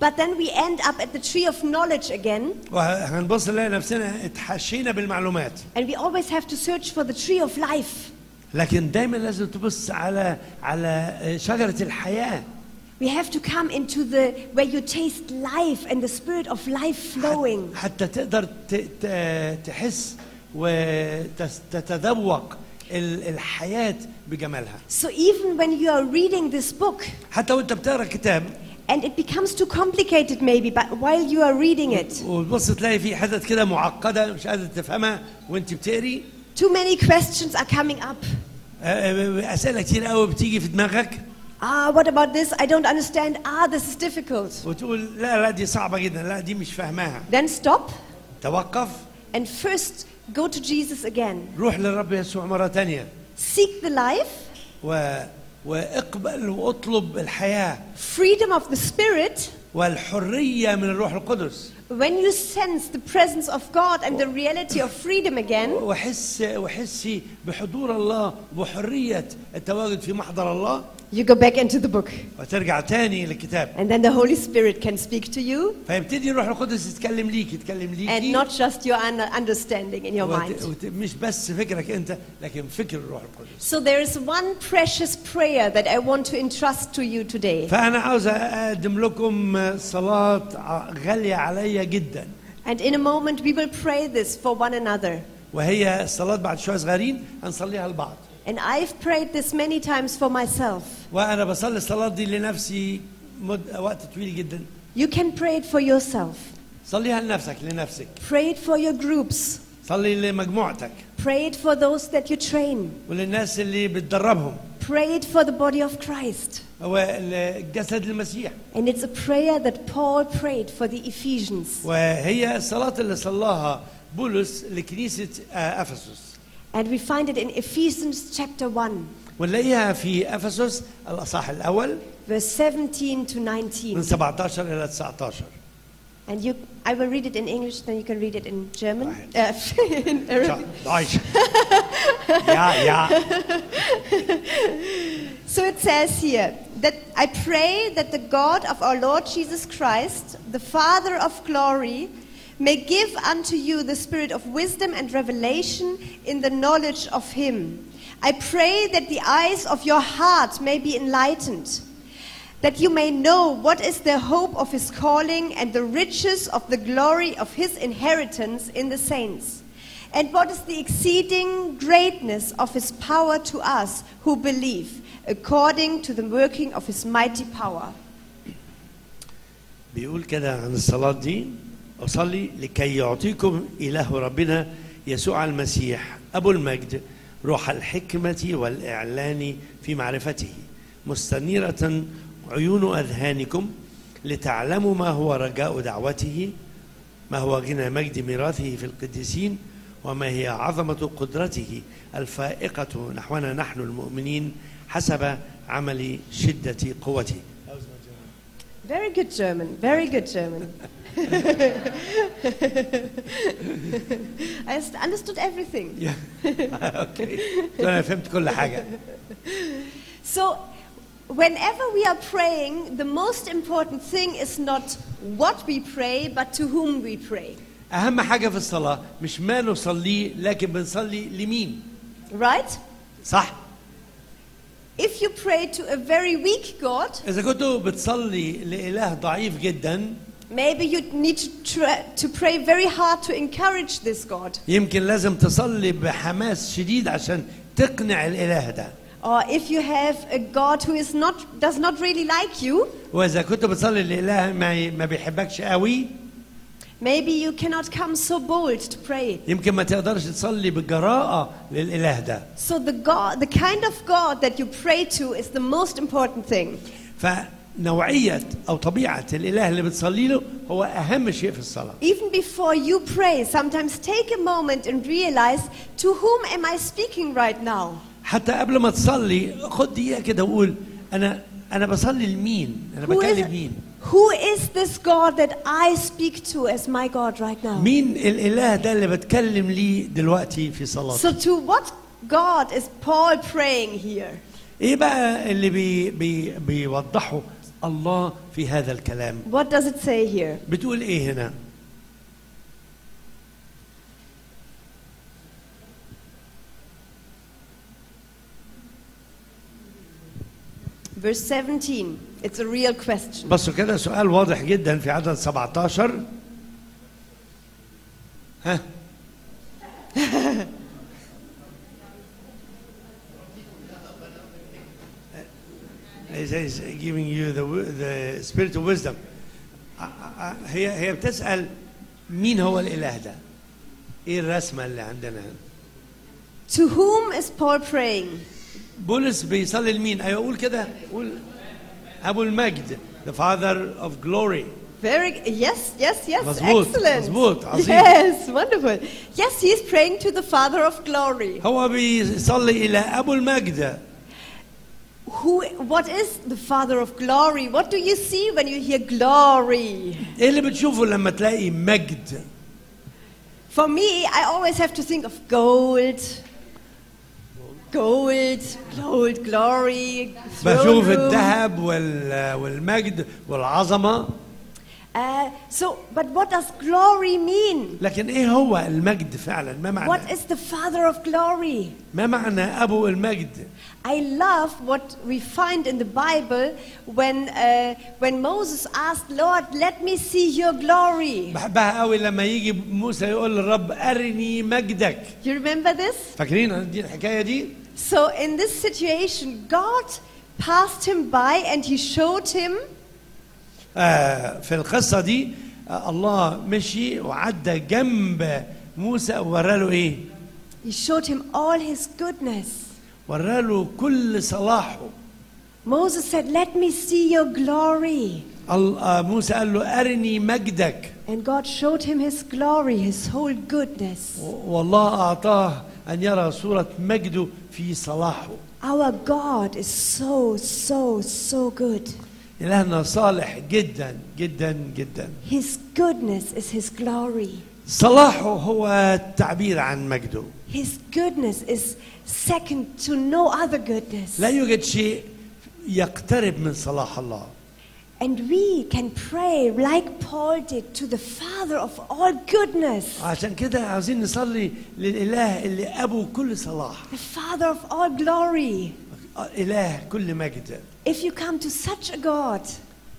Speaker 1: But then we end up at the tree of knowledge again.
Speaker 2: وهنبص نلاقي نفسنا اتحشينا بالمعلومات
Speaker 1: And we always have to search for the tree of life.
Speaker 2: لكن دايما لازم تبص على على شجره الحياه
Speaker 1: We have to come into the where you taste life and the spirit of life flowing.
Speaker 2: حتى تقدر ت- ت- تحس وتتذوق ال- الحياه بجمالها
Speaker 1: So even when you are reading this book
Speaker 2: حتى وانت بتقرا الكتاب
Speaker 1: And it becomes too complicated maybe, but while you are reading it,
Speaker 2: وتبص تلاقي في حتت كده معقده مش قادر تفهمها وانت بتقري
Speaker 1: too many questions are coming up.
Speaker 2: آه، آه، اسئله كتير قوي بتيجي في دماغك
Speaker 1: Ah, what about this? I don't understand. Ah, this is difficult.
Speaker 2: وتقول لا لا دي صعبه جدا لا دي مش فاهماها
Speaker 1: Then stop
Speaker 2: توقف
Speaker 1: and first go to Jesus again.
Speaker 2: روح للرب يسوع مره تانية
Speaker 1: Seek the life,
Speaker 2: و... واقبل واطلب الحياه
Speaker 1: freedom of the spirit.
Speaker 2: والحريه من الروح القدس
Speaker 1: When you sense the presence of God and the reality of freedom again,
Speaker 2: وحس وحسي بحضور الله وحريه التواجد في محضر الله
Speaker 1: you go back into the book.
Speaker 2: وترجع تاني للكتاب
Speaker 1: And then the Holy Spirit can speak to you
Speaker 2: فيبتدي الروح القدس يتكلم ليك يتكلم
Speaker 1: and
Speaker 2: ليك
Speaker 1: not just your un- understanding in your
Speaker 2: وت...
Speaker 1: mind.
Speaker 2: وت... مش بس فكرك انت لكن فكر الروح القدس
Speaker 1: So there is one precious prayer that I want to entrust to you today.
Speaker 2: فانا عاوز اقدم لكم صلاه ع- غاليه عليا جدا
Speaker 1: And in a moment we will pray this for one another.
Speaker 2: وهي الصلاه بعد شويه صغيرين هنصليها لبعض
Speaker 1: And I've prayed this many times for myself.
Speaker 2: وانا بصلي الصلاه دي لنفسي مد... وقت طويل جدا
Speaker 1: You can pray it for yourself.
Speaker 2: صليها لنفسك لنفسك
Speaker 1: Pray it for your groups.
Speaker 2: صلي لمجموعتك
Speaker 1: Pray it for those that you train.
Speaker 2: وللناس اللي بتدربهم
Speaker 1: Pray it for the body of Christ.
Speaker 2: والجسد المسيح
Speaker 1: And it's a prayer that Paul prayed for the Ephesians.
Speaker 2: وهي الصلاه اللي صلاها بولس لكنيسه آه، افسس
Speaker 1: And we find it in Ephesians chapter 1,
Speaker 2: ونلاقيها في افسس الاصحاح الاول
Speaker 1: verse 17 to
Speaker 2: من
Speaker 1: 19.
Speaker 2: 17 الى 19
Speaker 1: And you, I will read it in English, then you can read it in German.
Speaker 2: Right.
Speaker 1: Uh, in Arabic.
Speaker 2: 19 يا يا
Speaker 1: So it says here that I pray that the God of our Lord Jesus Christ, the Father of glory, may give unto you the spirit of wisdom and revelation in the knowledge of him. I pray that the eyes of your heart may be enlightened, that you may know what is the hope of his calling and the riches of the glory of his inheritance in the saints. And what is the exceeding greatness of his power to us who believe, according to the working of his mighty power?
Speaker 2: بيقول كده عن الصلاة دي أصلي لكي يعطيكم إله ربنا يسوع المسيح أبو المجد روح الحكمة والإعلان في معرفته مستنيرة عيون أذهانكم لتعلموا ما هو رجاء دعوته ما هو غنى مجد ميراثه في القديسين وما هي عظمة قدرته الفائقة نحونا نحن المؤمنين حسب عمل شدة قوته
Speaker 1: Very good German, very good German. I s- understood everything.
Speaker 2: اوكي انا طيب، فهمت كل حاجه
Speaker 1: So, whenever we are praying, the most important thing is not what we pray, but to whom we pray.
Speaker 2: اهم حاجه في الصلاه مش ما نصليه لكن بنصلي لمين
Speaker 1: Right?
Speaker 2: صح
Speaker 1: If you pray to a very weak God,
Speaker 2: اذا كنت بتصلي لاله ضعيف جدا
Speaker 1: Maybe you need to, try, to pray very hard to encourage this God.
Speaker 2: يمكن لازم تصلي بحماس شديد عشان تقنع الاله ده
Speaker 1: Or if you have a God who is not, does not really like you,
Speaker 2: واذا كنت بتصلي لاله ما ما بيحبكش قوي
Speaker 1: maybe you cannot come so bold to pray.
Speaker 2: يمكن ما تقدرش تصلي بجراءه للاله ده
Speaker 1: So the God, the kind of God that you pray to is the most important thing.
Speaker 2: فنوعيه او طبيعه الاله اللي بتصلي له هو اهم شيء في الصلاه
Speaker 1: Even before you pray, sometimes take a moment and realize to whom am I speaking right now?
Speaker 2: حتى قبل ما تصلي خد دقيقه كده وقول انا انا بصلي لمين؟ انا
Speaker 1: Who
Speaker 2: بكلم
Speaker 1: is,
Speaker 2: مين؟
Speaker 1: who is this God that I speak to as my God right now?
Speaker 2: مين الاله ده اللي بتكلم ليه دلوقتي في صلاتي؟
Speaker 1: So to what God is Paul praying here?
Speaker 2: ايه بقى اللي بي بي بيوضحه الله في هذا الكلام؟
Speaker 1: What does it say here?
Speaker 2: بتقول ايه هنا؟
Speaker 1: Verse 17. It's a real question.
Speaker 2: بصوا كده سؤال واضح جدا في عدد 17 ها؟ it says giving you the, w- the spirit of wisdom آه، آه، آه، هي هي بتسأل مين هو الإله ده ايه الرسمة اللي عندنا هنا
Speaker 1: To whom is Paul praying?
Speaker 2: بولس بيصلي لمين ايوه قول كده قول ابو المجد the father of glory
Speaker 1: Very yes, yes, yes.
Speaker 2: مظبوط،
Speaker 1: Excellent.
Speaker 2: مظبوط، عظيم.
Speaker 1: Yes, wonderful. Yes, he is praying to the Father of glory.
Speaker 2: هو بيصلي الى ابو المجد
Speaker 1: Who what is the Father of glory? What do you see when you hear glory?
Speaker 2: ايه اللي بتشوفه لما تلاقي مجد
Speaker 1: For me, I always have to think of gold. Gold, gold, glory. throne
Speaker 2: بشوف
Speaker 1: room.
Speaker 2: الذهب وال- والمجد والعظمه
Speaker 1: Uh, so, but what does glory mean?
Speaker 2: لكن ايه هو المجد فعلا ما
Speaker 1: What
Speaker 2: معنى
Speaker 1: is the Father of glory?
Speaker 2: ما معنى ابو المجد
Speaker 1: I love what we find in the Bible when, uh, when Moses asked, Lord, let me see your glory.
Speaker 2: بحبها قوي لما يجي موسى يقول للرب ارني مجدك
Speaker 1: You remember this?
Speaker 2: فاكرين دي الحكايه دي
Speaker 1: So, in this situation, God passed him by and he showed him
Speaker 2: آه، في القصه دي آه، الله مشي وعدى جنب موسى ووراله ايه
Speaker 1: he showed him all his goodness.
Speaker 2: وراله كل صلاحه
Speaker 1: Moses said, "Let me see your glory."
Speaker 2: ال- آه، موسى قال له ارني مجدك
Speaker 1: And God showed him his glory, his whole goodness.
Speaker 2: و- والله اعطاه ان يرى صوره مجده في صلاحه
Speaker 1: Our God is so so so good.
Speaker 2: الهنا صالح جدا جدا جدا
Speaker 1: His goodness is his glory.
Speaker 2: صلاحه هو التعبير عن مجده
Speaker 1: His goodness is second to no other goodness.
Speaker 2: لا يوجد شيء يقترب من صلاح الله
Speaker 1: And we can pray like Paul did to the Father of all goodness,
Speaker 2: عشان كده عاوزين نصلي للاله اللي ابو كل صلاح
Speaker 1: the Father of all glory.
Speaker 2: إله كل مجد
Speaker 1: If you come to such a God,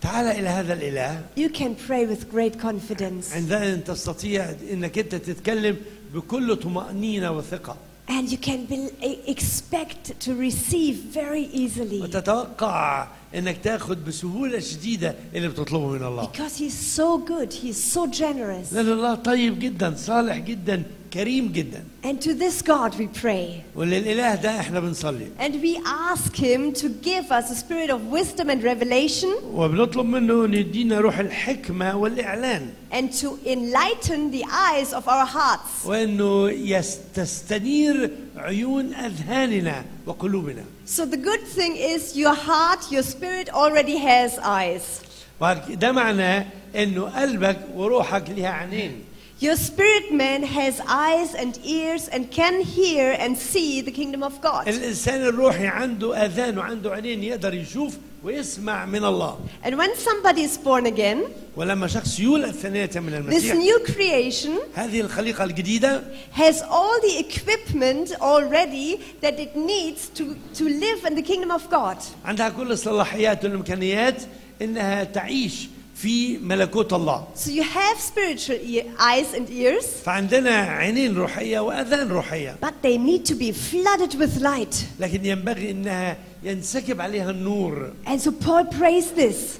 Speaker 2: تعال إلى هذا الإله
Speaker 1: you can pray with great confidence.
Speaker 2: عندما تستطيع أنك أنت تتكلم بكل طمأنينة وثقة
Speaker 1: And you can be, e, expect to receive very easily
Speaker 2: وتتوقع أنك تأخذ بسهولة شديدة اللي بتطلبه من الله
Speaker 1: because he's so good, he's so generous.
Speaker 2: لأن الله طيب جدا صالح جدا كريم جدا
Speaker 1: And to this God we pray.
Speaker 2: وللإله ده احنا بنصلي
Speaker 1: And we ask him to give us a spirit of wisdom and revelation
Speaker 2: وبنطلب منه أن يدينا روح الحكمة والإعلان
Speaker 1: and to enlighten the eyes of our hearts
Speaker 2: وأنه يس- تستنير عيون أذهاننا وقلوبنا
Speaker 1: So the good thing is your heart, your spirit already has eyes.
Speaker 2: وده معناه انه قلبك وروحك ليها عينين
Speaker 1: Your spirit man has eyes and ears and can hear and see the kingdom of God.
Speaker 2: الانسان الروحي عنده اذان وعنده عينين يقدر يشوف ويسمع من الله
Speaker 1: And when somebody is born again,
Speaker 2: ولما شخص يولد ثانيه من
Speaker 1: this
Speaker 2: المسيح
Speaker 1: new creation
Speaker 2: هذه الخليقه الجديده
Speaker 1: has all the equipment already that it needs to, to live in the kingdom of God.
Speaker 2: عندها كل الصلاحيات والامكانيات انها تعيش في ملكوت الله
Speaker 1: So you have spiritual ear, eyes and ears,
Speaker 2: فعندنا عينين روحيه واذان روحيه
Speaker 1: but they need to be flooded with light.
Speaker 2: لكن ينبغي انها ينسكب عليها النور
Speaker 1: And so Paul prays this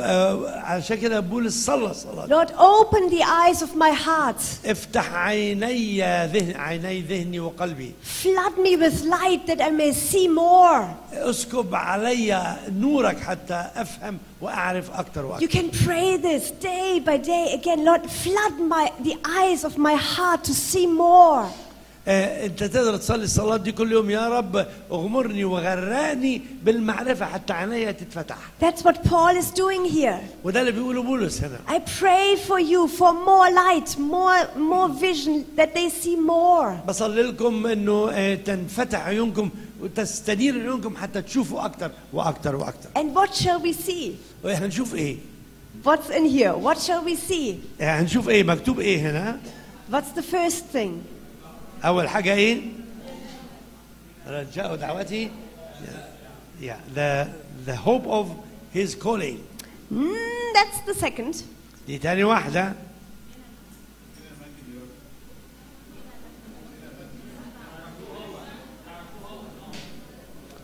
Speaker 2: وعشان كده بولس صلى صلاه
Speaker 1: Lord, open the eyes of my heart,
Speaker 2: افتح عيني ذهن عيني ذهني وقلبي
Speaker 1: flood me with light that I may see more.
Speaker 2: اسكب علي نورك حتى افهم واعرف اكثر
Speaker 1: You
Speaker 2: واكثر
Speaker 1: can pray this day by day again. Lord, flood my, the eyes of my heart to see more.
Speaker 2: آه، انت تقدر تصلي الصلاه دي كل يوم يا رب اغمرني وغرقني بالمعرفه حتى عينيا تتفتح
Speaker 1: That's what Paul is doing here.
Speaker 2: وده اللي بيقوله بولس هنا
Speaker 1: I pray for you for more light, more, more vision, that they see more.
Speaker 2: بصلي لكم انه آه، تنفتح عيونكم وتستنير عيونكم حتى تشوفوا اكثر واكثر واكثر
Speaker 1: And what shall we see?
Speaker 2: واحنا هنشوف ايه
Speaker 1: What's in here? What shall we see?
Speaker 2: آه، هنشوف ايه مكتوب ايه هنا
Speaker 1: What's the first thing?
Speaker 2: أول حاجة إيه؟ رجاء دعوتي yeah, the the hope of his calling
Speaker 1: Mm, that's the second.
Speaker 2: دي تاني واحدة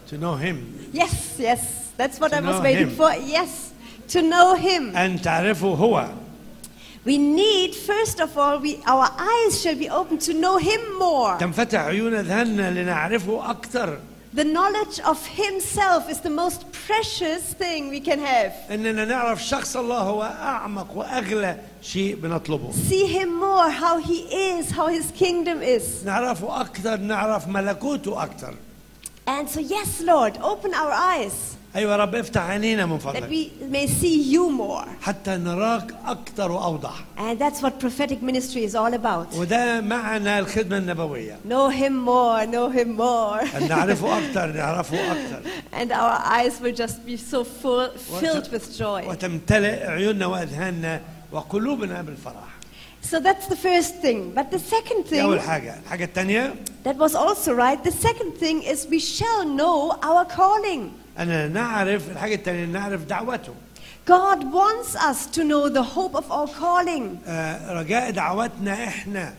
Speaker 2: to know him
Speaker 1: Yes, yes, That's what
Speaker 2: To
Speaker 1: I was
Speaker 2: know
Speaker 1: waiting
Speaker 2: him.
Speaker 1: for. Yes, to know him.
Speaker 2: أن تعرفه هو
Speaker 1: We need, first of all, we, our eyes shall be open to know him more.
Speaker 2: تنفتح عيون أذهاننا لنعرفه أكثر
Speaker 1: The knowledge of himself is the most precious thing we can have.
Speaker 2: أننا نعرف شخص الله هو أعمق وأغلى شيء بنطلبه
Speaker 1: See him more, how he is, how his kingdom is.
Speaker 2: نعرفه أكثر نعرف ملكوته أكثر
Speaker 1: And so, yes, Lord, open our eyes
Speaker 2: أيوة يا رب افتح عينينا من
Speaker 1: that
Speaker 2: فضلك
Speaker 1: we may see you more.
Speaker 2: حتى نراك أكثر وأوضح
Speaker 1: And that's what prophetic ministry is all about.
Speaker 2: وده معنى الخدمة النبوية
Speaker 1: Know him more, know him more.
Speaker 2: أن نعرفه أكثر نعرفه أكثر
Speaker 1: and our eyes will just be so full, filled with joy.
Speaker 2: وتمتلئ عيوننا وأذهاننا وقلوبنا بالفرح
Speaker 1: So that's the first thing. But the second
Speaker 2: دي
Speaker 1: thing,
Speaker 2: أول حاجة الحاجة الثانية
Speaker 1: that was also right, the second thing is we shall know our calling.
Speaker 2: أننا نعرف الحاجة الثانية نعرف دعوته
Speaker 1: God wants us to know the hope of our calling.
Speaker 2: آه، رجاء دعوتنا إحنا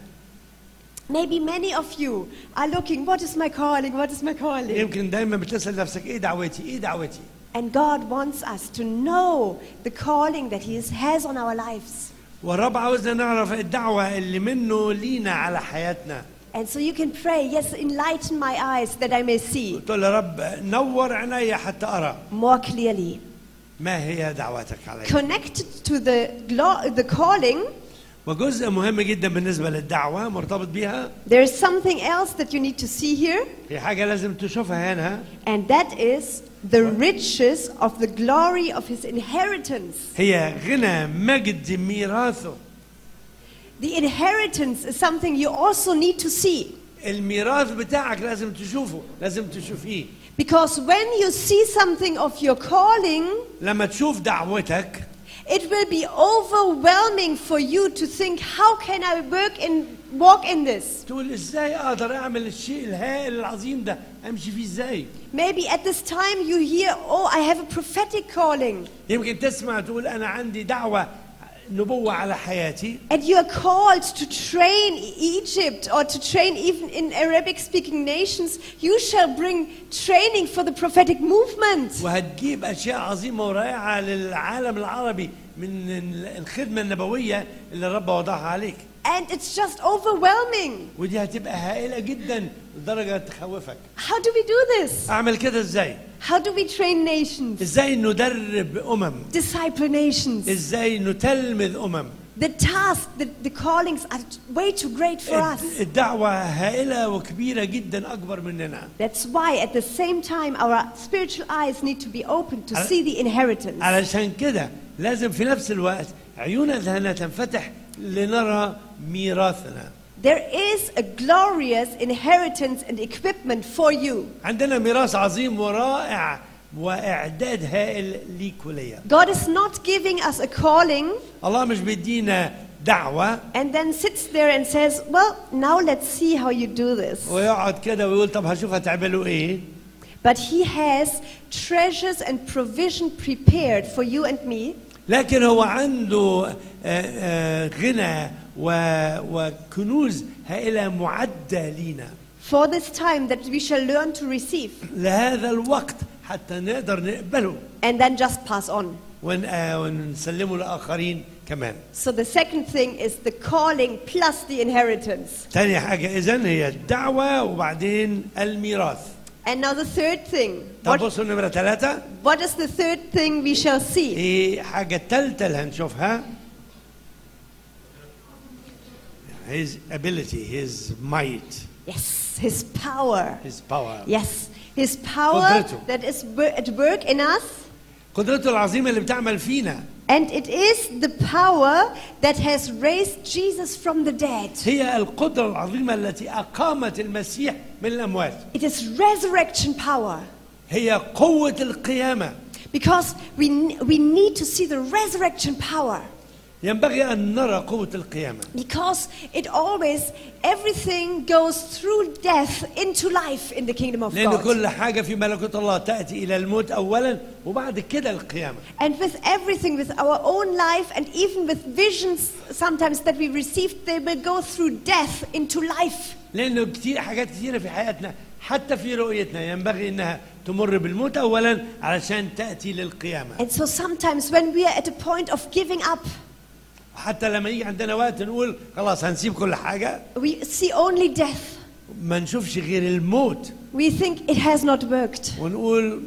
Speaker 1: Maybe many of you are looking, what is my calling? What is my calling?
Speaker 2: يمكن دايما بتسأل نفسك إيه دعوتي إيه دعوتي
Speaker 1: And God wants us to know the calling that He is- has on our lives.
Speaker 2: والرب عاوزنا نعرف الدعوة اللي منه لينا على حياتنا
Speaker 1: And so you can pray, yes, enlighten my eyes that I may see
Speaker 2: تقول يا رب نور عيني حتى أرى
Speaker 1: more clearly.
Speaker 2: ما هي دعوتك علي
Speaker 1: Connected to the, glo- the calling,
Speaker 2: وجزء مهم جدا بالنسبة للدعوة مرتبط بيها
Speaker 1: there is something else that you need to see here,
Speaker 2: في حاجة لازم تشوفها هنا
Speaker 1: and that is the riches of the glory of His inheritance.
Speaker 2: هي غنى مجد ميراثه
Speaker 1: The inheritance is something you also need to see.
Speaker 2: الميراث بتاعك لازم تشوفه لازم تشوفيه
Speaker 1: Because when you see something of your calling,
Speaker 2: لما تشوف دعوتك
Speaker 1: it will be overwhelming for you to think, how can I work in, walk in this?
Speaker 2: تقول ازاي اقدر اعمل الشيء الهائل العظيم ده امشي فيه ازاي
Speaker 1: Maybe at this time you hear, oh, I have a prophetic calling.
Speaker 2: يمكن تسمع تقول انا عندي دعوه نبوه على حياتي
Speaker 1: And you are called to train Egypt or to train even in Arabic speaking nations. You shall bring training for the prophetic movement.
Speaker 2: وهتجيب اشياء عظيمه ورائعه للعالم العربي من الخدمه النبويه اللي الرب وضعها عليك
Speaker 1: And it's just overwhelming.
Speaker 2: ودي هتبقى هائله جدا لدرجه تخوفك
Speaker 1: How do we do this?
Speaker 2: اعمل كده ازاي
Speaker 1: How do we train nations?
Speaker 2: ازاي ندرب امم
Speaker 1: disciple nations.
Speaker 2: ازاي نتلمذ امم
Speaker 1: The task, the, the callings are way too great for us.
Speaker 2: الدعوه هائله وكبيره جدا اكبر مننا
Speaker 1: That's why at the same time our spiritual eyes need to be open to
Speaker 2: Al-
Speaker 1: see the inheritance.
Speaker 2: علشان كده لازم في نفس الوقت عيون اذهاننا تنفتح لنرى ميراثنا
Speaker 1: There is a glorious inheritance and equipment for you.
Speaker 2: عندنا ميراث عظيم ورائع واعداد هائل ليك وليا
Speaker 1: God is not giving us a calling
Speaker 2: الله مش بيدينا دعوه
Speaker 1: and then sits there and says, Well, now let's see how you do this.
Speaker 2: ويقعد كده ويقول طب هشوف هتعملوا ايه
Speaker 1: But He has treasures and provision prepared for you and me
Speaker 2: لكن هو عنده آه، آه، غنى و- وكنوز هائله معده لينا
Speaker 1: for this time that we shall learn to receive.
Speaker 2: لهذا الوقت حتى نقدر نقبله
Speaker 1: and then just pass on.
Speaker 2: ون- آه، ونسلمه لاخرين كمان
Speaker 1: So the second thing is the calling plus the inheritance.
Speaker 2: تاني حاجة إذا هي الدعوة وبعدين الميراث
Speaker 1: And now the third thing.
Speaker 2: طب
Speaker 1: What,
Speaker 2: بصوا نمرة ثلاثة
Speaker 1: what is the third thing we shall see?
Speaker 2: إيه حاجة التالتة اللي هنشوفها His ability, his might,
Speaker 1: Yes, his power.
Speaker 2: his power
Speaker 1: Yes, his power
Speaker 2: Quadrato.
Speaker 1: that is wo- at work in us.
Speaker 2: قدرته العظيمة اللي بتعمل فينا
Speaker 1: And it is the power that has raised Jesus from the dead.
Speaker 2: هي القدرة العظيمة التي أقامت المسيح من الأموات
Speaker 1: It is resurrection power.
Speaker 2: هي قوة القيامة
Speaker 1: Because we, n- we need to see the resurrection power.
Speaker 2: ينبغي أن نرى قوة القيامة
Speaker 1: Because it always, everything goes through death into life in the kingdom of
Speaker 2: لأن
Speaker 1: God.
Speaker 2: كل حاجة في ملكوت الله تأتي إلى الموت أولا وبعد كده القيامة
Speaker 1: And with everything, with our own life, and even with visions sometimes that we received, they will go through death into life.
Speaker 2: لانه كتير حاجات كتيره في حياتنا حتى في رؤيتنا ينبغي انها تمر بالموت اولا علشان تاتي للقيامه
Speaker 1: And so sometimes when we are at a point of giving up,
Speaker 2: حتى لما يجي عندنا وقت نقول خلاص هنسيب كل حاجه
Speaker 1: we see only death.
Speaker 2: ما نشوفش غير الموت
Speaker 1: We think it has not worked.
Speaker 2: ونقول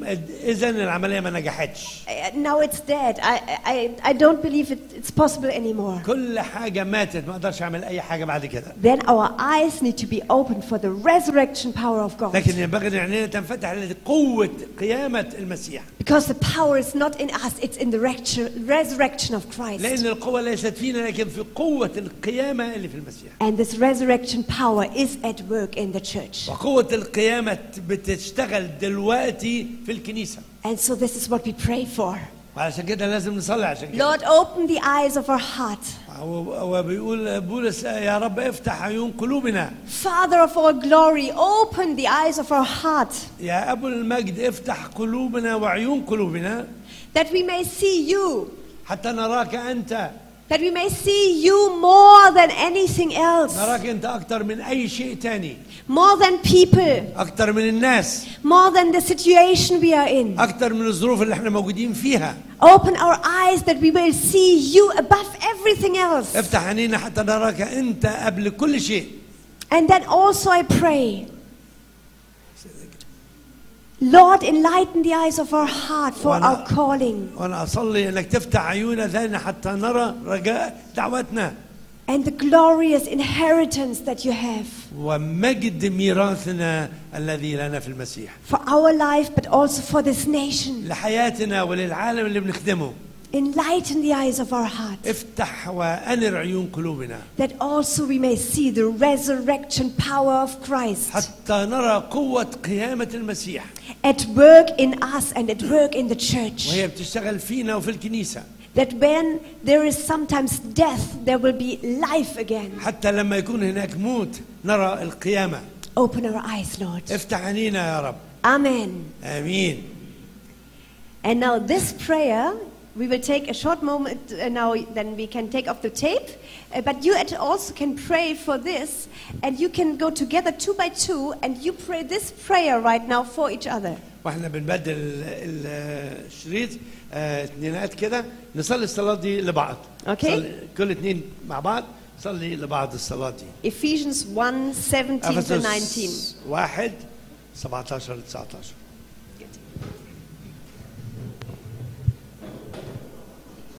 Speaker 2: اذا العمليه ما نجحتش
Speaker 1: Uh, Now it's dead. I, I, I don't believe it, it's possible anymore.
Speaker 2: كل حاجه ماتت ما اقدرش اعمل اي حاجه بعد كده
Speaker 1: Then our eyes need to be open for the resurrection power of God.
Speaker 2: لكن ينبغي ان عينينا تنفتح لقوه قيامه المسيح
Speaker 1: Because the power is not in us, it's in the rectu- resurrection of Christ.
Speaker 2: لان القوه ليست فينا لكن في قوه القيامه اللي في المسيح
Speaker 1: And this resurrection power is at work in the church.
Speaker 2: وقوه القيامه بتشتغل دلوقتي في الكنيسه
Speaker 1: And so this is what we pray for.
Speaker 2: وعلشان كده لازم نصلي عشان كده
Speaker 1: Lord, open the eyes of our heart.
Speaker 2: و- وبيقول بولس يا رب افتح عيون قلوبنا
Speaker 1: Father of all glory, open the eyes of our heart
Speaker 2: يا ابو المجد افتح قلوبنا وعيون قلوبنا
Speaker 1: that we may see you,
Speaker 2: حتى نراك انت
Speaker 1: that we may see you more than anything else,
Speaker 2: نراك انت اكتر من اي شيء تاني
Speaker 1: more than people,
Speaker 2: اكتر من الناس
Speaker 1: more than the situation we are in.
Speaker 2: اكتر من الظروف اللي احنا موجودين فيها
Speaker 1: Open our eyes that we may see you above everything else.
Speaker 2: افتح عينينا حتى نراك انت قبل كل شيء
Speaker 1: And then also I pray, Lord, enlighten the eyes of our heart for
Speaker 2: Why not?
Speaker 1: our calling
Speaker 2: وانا اصلي انك تفتح عيوننا ذهننا حتى نرى رجاء دعوتنا
Speaker 1: and the glorious inheritance that you have
Speaker 2: ومجد ميراثنا الذي لنا في المسيح
Speaker 1: for our life, but also for this nation.
Speaker 2: لحياتنا وللعالم اللي بنخدمه
Speaker 1: Enlighten the eyes of our heart
Speaker 2: افتح وانر عيون قلوبنا
Speaker 1: that also we may see the resurrection power of Christ
Speaker 2: حتى نرى قوة قيامة المسيح
Speaker 1: at work in us and at work in the church.
Speaker 2: وهي بتشتغل فينا وفي الكنيسة
Speaker 1: That when there is sometimes death, there will be life again.
Speaker 2: حتى لما يكون هناك موت نرى القيامة
Speaker 1: Open our eyes, Lord.
Speaker 2: افتح عينينا يا رب
Speaker 1: Amen.
Speaker 2: امين
Speaker 1: And now this prayer, we will take a short moment uh, now, then we can take off the tape. Uh, but you at- also can pray for this, and you can go together two by two, and you pray this prayer right now for each other.
Speaker 2: واحنا بنبدل ال- ال- الشريط آه، اتنينات كده نصلي الصلاة دي لبعض
Speaker 1: أوكي.
Speaker 2: صلي- كل اتنين مع بعض صلي لبعض الصلاة دي
Speaker 1: Ephesians 1 17 to 19.
Speaker 2: أفسس واحد 17 19